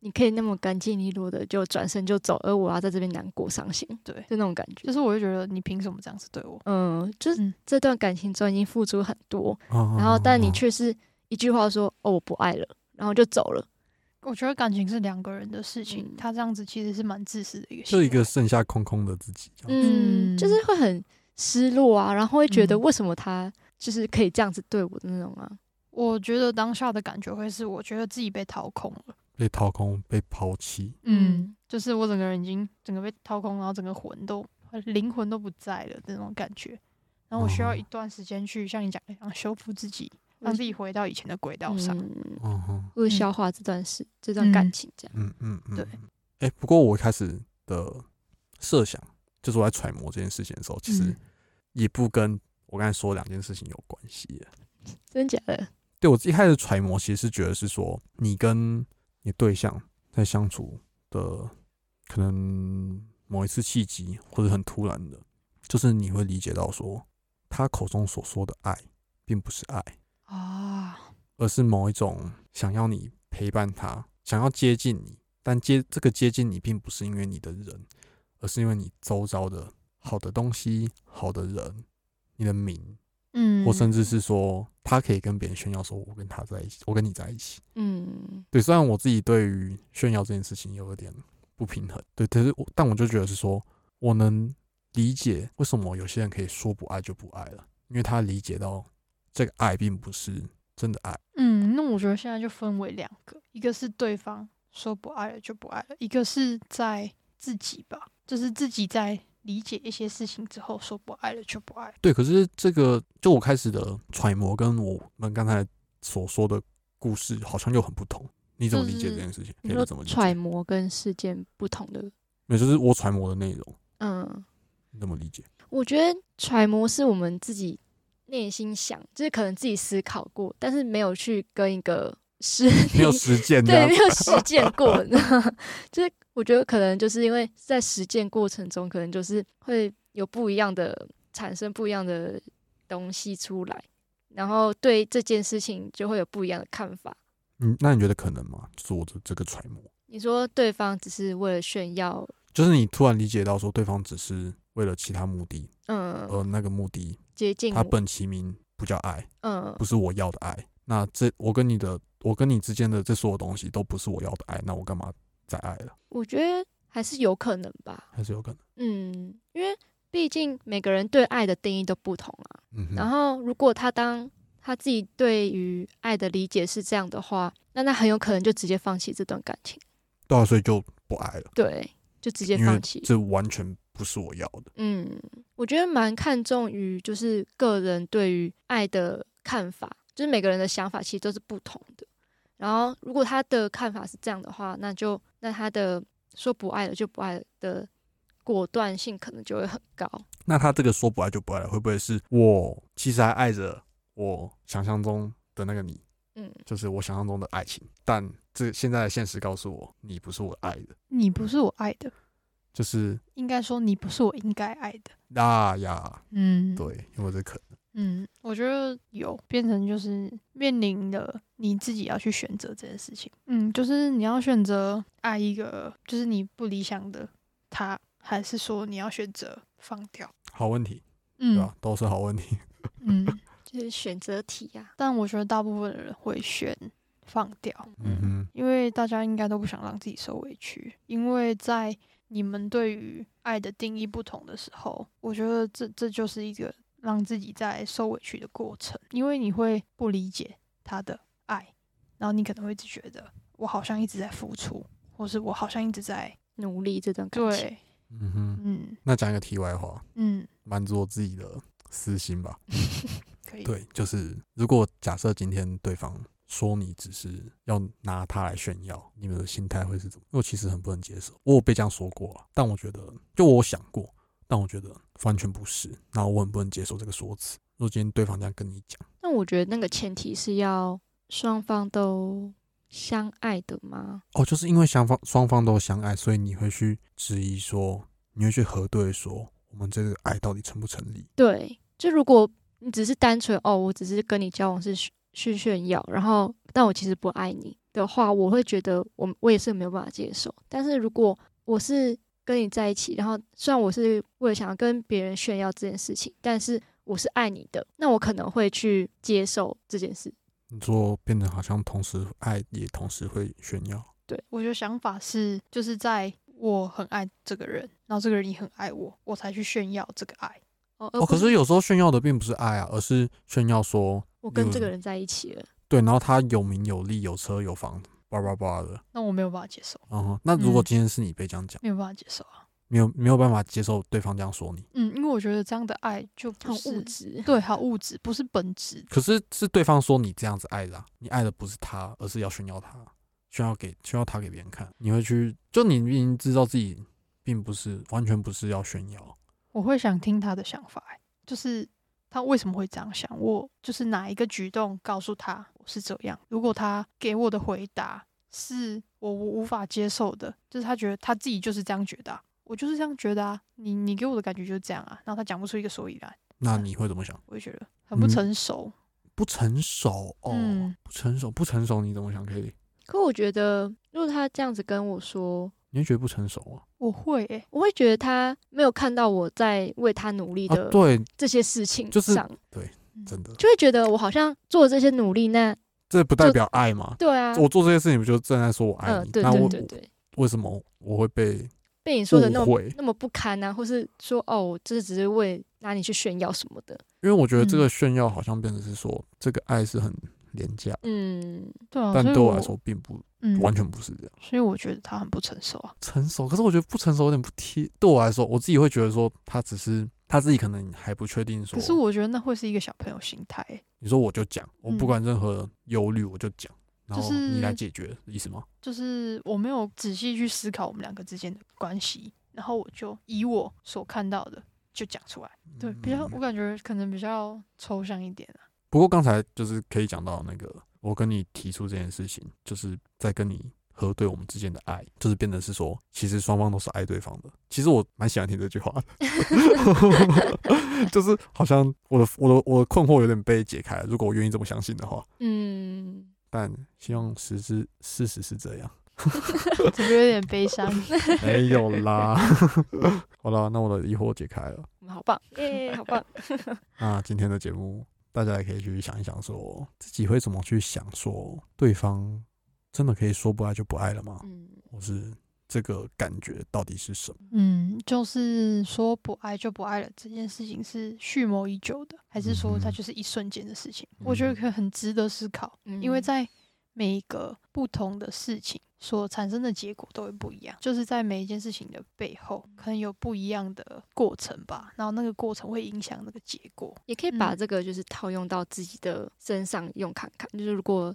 Speaker 3: 你可以那么干净利落的就转身就走，而我要在这边难过伤心，
Speaker 2: 对，
Speaker 3: 就那种感觉。
Speaker 2: 就是我会觉得你凭什么这样子对我？
Speaker 3: 嗯，就是
Speaker 2: 嗯
Speaker 3: 这段感情中已经付出很多，
Speaker 1: 然
Speaker 3: 然后但
Speaker 1: 啊哦
Speaker 3: 你却是一句话说“哦，我不爱了”，然后就走了。
Speaker 2: 我觉得感情是两个人的事情，
Speaker 3: 嗯
Speaker 2: 他这样子其实是蛮自私的一个行
Speaker 1: 就
Speaker 2: 为。
Speaker 1: 一个剩下空空的自己这样。
Speaker 2: 嗯
Speaker 3: 嗯，就是会很失落啊，然后会觉得
Speaker 2: 嗯
Speaker 3: 为什么他就是可以这样子对我的那种啊。
Speaker 2: 我觉得当下的感觉会是，我觉得自己被掏空了。
Speaker 1: 被掏空、被抛弃。
Speaker 2: 嗯，就是我整个人已经整个被掏空，然后整个魂都呃灵魂都不在了那种感觉。然后我需要
Speaker 1: 哦
Speaker 2: 一段时间去像你讲的一样修复自己，
Speaker 3: 我
Speaker 2: 让自己回到以前的轨道上。
Speaker 3: 嗯，
Speaker 1: 嗯哼，
Speaker 3: 或者消化这段事、这段感
Speaker 2: 嗯
Speaker 3: 情这样。
Speaker 1: 嗯嗯嗯。
Speaker 2: 对
Speaker 1: 哎、不过我一开始的设想，就是我在揣摩这件事情的时候，其实
Speaker 2: 嗯
Speaker 1: 也不跟我刚才说的两件事情有关系耶。
Speaker 3: 真假的？
Speaker 1: 对我一开始揣摩，其实是觉得是说，你跟你对象在相处的可能某一次契机，或者很突然的，就是你会理解到说，他口中所说的爱，并不是爱，
Speaker 2: 啊，
Speaker 1: 而是某一种想要你陪伴他，想要接近你，但接这个接近你，并不是因为你的人，而是因为你周遭的好的东西、好的人、你的名，
Speaker 2: 嗯，
Speaker 1: 或甚至是说他可以跟别人炫耀说，我跟他在一起，我跟你在一起。
Speaker 3: 嗯
Speaker 1: 对，虽然我自己对于炫耀这件事情有一点不平衡，对，但是我但我就觉得是说，我能理解为什么有些人可以说不爱就不爱了，因为他理解到这个爱并不是真的爱。
Speaker 2: 嗯，那我觉得现在就分为两个，一个是对方说不爱了就不爱了，一个是在自己吧，就是自己在理解一些事情之后，说不爱了就不爱。
Speaker 1: 对，可是这个就我开始的揣摩，跟我们刚才所说的故事好像又很不同。你怎么理解这件事情？
Speaker 3: 嗯你
Speaker 1: 可以
Speaker 3: 说
Speaker 1: 怎么理解？
Speaker 3: 揣摩跟事件不同的，
Speaker 1: 没有，就是我揣摩的内容，
Speaker 3: 嗯，
Speaker 1: 你怎么理解？
Speaker 3: 我觉得揣摩是我们自己内心想，就是可能自己思考过，但是没有去跟一个实
Speaker 1: 没有
Speaker 3: 力
Speaker 1: 实践这
Speaker 3: 对，
Speaker 1: 样
Speaker 3: 没，有实 践过，你知道吗就是我觉得可能就是因为在实践过程中，可能就是会有不一样的产生不一样的东西出来，然后对这件事情就会有不一样的看法。
Speaker 1: 嗯，那你觉得可能吗？就是我的这个揣摩，
Speaker 3: 你说对方只是为了炫耀，
Speaker 1: 就是你突然理解到说对方只是为了其他目的，
Speaker 3: 嗯，
Speaker 1: 而那个目的
Speaker 3: 接近
Speaker 1: 它
Speaker 3: 我，
Speaker 1: 本其名哦不叫爱，
Speaker 3: 嗯
Speaker 1: 不是我要的爱。那这我跟你的，我跟你之间的这所有东西都不是我要的爱，那我干嘛再爱了？
Speaker 3: 我觉得还是有可能吧，
Speaker 1: 还是有可能。
Speaker 3: 嗯，因为毕竟每个人对爱的定义都不同啊。
Speaker 1: 嗯哼，
Speaker 3: 然后，如果他当他自己对于爱的理解是这样的话，那他很有可能就直接放弃这段感情，
Speaker 1: 对啊，所以就不爱了，
Speaker 3: 对，就直接
Speaker 1: 因为
Speaker 3: 放弃。
Speaker 1: 这完全不是我要的。
Speaker 3: 嗯，我觉得蛮看重于就是个人对于爱的看法，就是每个人的想法其实都是不同的。然后，如果他的看法是这样的话，那就那他的说不爱了就不爱了的果断性可能就会很高。
Speaker 1: 那他这个说不爱就不爱了，会不会是我其实还爱着我想象中的那个你，
Speaker 3: 嗯，
Speaker 1: 就是我想象中的爱情，但这现在的现实告诉我，你不是我爱的，
Speaker 2: 你不是我爱的，
Speaker 1: 就是
Speaker 2: 应该说你不是我应该爱的。
Speaker 1: 啊呀，
Speaker 2: 嗯，
Speaker 1: 对，有没有这可能？
Speaker 2: 嗯，我觉得有变成就是面临的你自己要去选择这件事情。嗯，就是你要选择爱一个就是你不理想的他，还是说你要选择放掉？
Speaker 1: 好问题，对啊吧
Speaker 2: 嗯？
Speaker 1: 都是好问题。
Speaker 2: 嗯，
Speaker 3: 就是选择题啊呀、
Speaker 2: 但我觉得大部分人会选放掉，
Speaker 1: 嗯哼，
Speaker 2: 因为大家应该都不想让自己受委屈，因为在你们对于爱的定义不同的时候，我觉得这这就是一个让自己在受委屈的过程，因为你会不理解他的爱，然后你可能会一直觉得我好像一直在付出，或是我好像一直在
Speaker 3: 努力这段感情。
Speaker 2: 对，
Speaker 1: 嗯哼。
Speaker 2: 嗯
Speaker 1: 那讲一个题外话，
Speaker 2: 嗯，
Speaker 1: 满足我自己的私心吧。
Speaker 2: 可以，
Speaker 1: 对，就是如果假设今天对方说你只是要拿它来炫耀，你们的心态会是怎么？我其实很不能接受，我有被这样说过啊，但我觉得就我有想过，但我觉得完全不是，然后我很不能接受这个说辞。如果今天对方这样跟你讲，
Speaker 3: 那我觉得那个前提是要双方都相爱的吗？
Speaker 1: 哦，就是因为相方双方都相爱，所以你会去质疑说，你会去核对说，我们这个爱到底成不成立？
Speaker 3: 对，就如果你只是单纯哦，我只是跟你交往是炫是炫耀，然后但我其实不爱你的话，我会觉得我我也是没有办法接受。但是如果我是跟你在一起，然后虽然我是为了想要跟别人炫耀这件事情，但是我是爱你的，那我可能会去接受这件事。
Speaker 1: 你说变成好像同时爱也同时会炫耀，
Speaker 2: 我觉得想法是就是在我很爱这个人，然后这个人也很爱我，我才去炫耀这个爱，
Speaker 3: 哦，而
Speaker 1: 哦，可
Speaker 3: 不
Speaker 1: 是有时候炫耀的并不是爱啊，而是炫耀说
Speaker 3: 我跟
Speaker 1: 有
Speaker 3: 这个人在一起了，
Speaker 1: 对，然后他有名有利有车有房，叭叭叭的。
Speaker 2: 那我没有办法接受，
Speaker 1: 嗯哼，那如果
Speaker 2: 嗯
Speaker 1: 今天是你被这样讲，
Speaker 2: 没有办法接受啊。
Speaker 1: 没有没有办法接受对方这样说你，
Speaker 2: 嗯，因为我觉得这样的爱就不
Speaker 3: 很
Speaker 2: 是
Speaker 3: 物质。
Speaker 2: 对，好物质，不是本质。
Speaker 1: 可是是对方说你这样子爱的、啊，你爱的不是他，而是要炫耀他，炫耀给炫耀他给别人看，你会去就你明明知道自己并不是完全不是要炫耀，
Speaker 2: 我会想听他的想法、欸，就是他为什么会这样想，我就是哪一个举动告诉他我是这样。如果他给我的回答是我无无法接受的，就是他觉得他自己就是这样觉得啊、我就是这样觉得啊，你你给我的感觉就是这样啊，然后他讲不出一个所以然，
Speaker 1: 那你会怎么想？
Speaker 2: 我就觉得很不
Speaker 1: 嗯
Speaker 2: 成熟。
Speaker 1: 不成熟哦，
Speaker 2: 嗯
Speaker 1: 不成熟，不成熟，你怎么想可以？
Speaker 3: 可我觉得，如果他这样子跟我说，
Speaker 1: 你会觉得不成熟啊？
Speaker 2: 我会、欸，
Speaker 3: 我会觉得他没有看到我在为他努力
Speaker 1: 啊，
Speaker 3: 的
Speaker 1: 对，
Speaker 3: 这些事情
Speaker 1: 就是
Speaker 3: 上，
Speaker 2: 嗯
Speaker 1: 真的，
Speaker 3: 就会觉得我好像做这些努力，那
Speaker 1: 这不代
Speaker 3: 就
Speaker 1: 表爱嘛。
Speaker 3: 对啊，
Speaker 1: 我做这些事情，不就正在说我爱
Speaker 3: 嗯，
Speaker 1: 你？
Speaker 3: 对
Speaker 1: 那
Speaker 3: 对
Speaker 1: 我
Speaker 3: 对对，
Speaker 1: 为什么我会被
Speaker 3: 被你说的那
Speaker 1: 误
Speaker 3: 么
Speaker 1: 会？
Speaker 3: 那么不堪啊，或是说哦，我这只是为拿你去炫耀什么的，
Speaker 1: 因为我觉得这
Speaker 2: 嗯
Speaker 1: 个炫耀好像变成是说，这个爱是很廉价，
Speaker 3: 嗯，
Speaker 2: 对啊，
Speaker 1: 但
Speaker 2: 所以
Speaker 1: 对我来说并不
Speaker 2: 嗯，
Speaker 1: 完全不是这样。
Speaker 2: 所以我觉得他很不成熟啊。
Speaker 1: 成熟，可是我觉得不成熟有点不贴。对我来说，我自己会觉得说他只是他自己可能还不确定说。
Speaker 2: 可是我觉得那会是一个小朋友心态欸、
Speaker 1: 你说我就讲，我不
Speaker 2: 嗯
Speaker 1: 管任何忧虑我就讲，然
Speaker 2: 就
Speaker 1: 后你来
Speaker 2: 是
Speaker 1: 解决，意思吗？
Speaker 2: 就是我没有仔细去思考我们两个之间的关系，然后我就以我所看到的就讲出来。对，比较
Speaker 1: 嗯
Speaker 2: 我感觉可能比较抽象一点啊。
Speaker 1: 不过刚才就是可以讲到那个，我跟你提出这件事情，就是在跟你核对我们之间的爱，就是变得是说，其实双方都是爱对方的。其实我蛮喜欢听这句话的， 就是好像我的我的我的困惑有点被解开了。如果我愿意这么相信的话，
Speaker 3: 嗯，
Speaker 1: 但希望实之事实是这样，
Speaker 2: 这边有点悲伤。
Speaker 1: 没有啦。 好啦，那我的疑惑解开了。
Speaker 3: 我们嗯好 棒，耶，好棒，
Speaker 1: 那今天的节目，大家也可以去想一想说，自己会怎么去想说，对方真的可以说不爱就不爱了吗？
Speaker 3: 嗯，
Speaker 1: 或是这个感觉到底是什么？
Speaker 2: 嗯，就是说不爱就不爱了这件事情是蓄谋已久的，还是说它
Speaker 1: 嗯哼
Speaker 2: 就是一瞬间的事情？我觉得
Speaker 1: 嗯
Speaker 2: 可很值得思考，因为
Speaker 3: 嗯
Speaker 2: 在每一个不同的事情所产生的结果都会不一样，就是在每一件事情的背后，可能有不一样的过程吧，然后那个过程会影响那个结果。
Speaker 3: 也可以把
Speaker 2: 嗯
Speaker 3: 这个就是套用到自己的身上用看看，就是 如果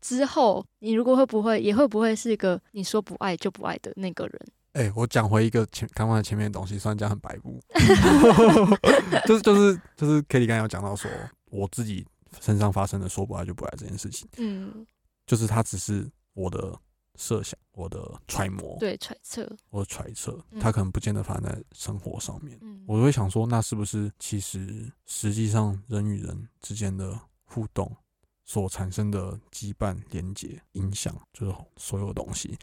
Speaker 3: 之后你如果会不会也会不会是一个你说不爱就不爱的那个人，
Speaker 1: 哎、我讲回一个前刚刚才前面的东西，虽然讲很白目， 就是就是就是 k e l l y 刚才有讲到说，我自己身上发生的说不爱就不爱这件事情，
Speaker 3: 嗯，
Speaker 1: 就是它只是我的设想、我的揣摩、
Speaker 3: 对，揣测，
Speaker 1: 我的揣测，
Speaker 3: 嗯
Speaker 1: 它可能不见得发生在生活上面。
Speaker 3: 嗯，
Speaker 1: 我会想说，那是不是其实实际上人与人之间的互动所产生的羁绊、连结、影响，就是所有东西，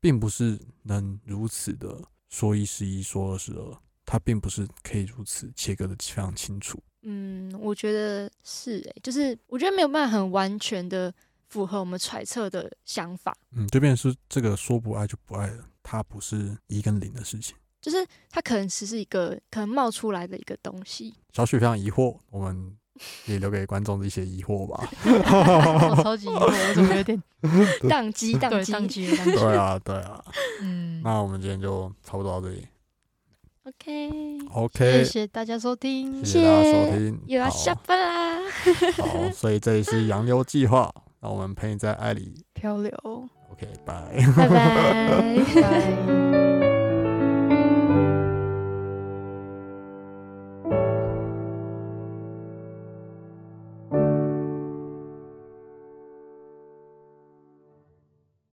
Speaker 1: 并不是能如此的说一是一，说二是二，它并不是可以如此切割的非常清楚。
Speaker 3: 嗯，我觉得是、欸，就是我觉得没有办法很完全的符合我们揣测的想法，
Speaker 1: 嗯，就变成是这个说不爱就不爱了，它不是一跟零的事情。
Speaker 3: 就是它可能只是一个可能冒出来的一个东西，
Speaker 1: 小许非常疑惑，我们也留给观众一些疑惑吧。
Speaker 2: 我哦超级疑惑，我怎么有点
Speaker 3: 宕机，
Speaker 2: 对
Speaker 3: 宕
Speaker 2: 宕
Speaker 3: 机。
Speaker 2: 机了？宕机
Speaker 1: 对
Speaker 2: 了，
Speaker 1: 啊，对啊。
Speaker 2: 嗯，
Speaker 1: 那我们今天就差不多到这里。
Speaker 3: OK，
Speaker 1: OK，
Speaker 2: 谢谢大家收听，
Speaker 1: 谢谢大家收
Speaker 3: 谢
Speaker 1: 听，
Speaker 3: 又要
Speaker 2: 啊
Speaker 1: 好
Speaker 3: 下班 啊啦，
Speaker 1: 好，所以这里是洋流计划，让我们陪你在爱里。
Speaker 2: 漂流，
Speaker 1: OK，拜。
Speaker 3: 拜拜。
Speaker 2: 拜。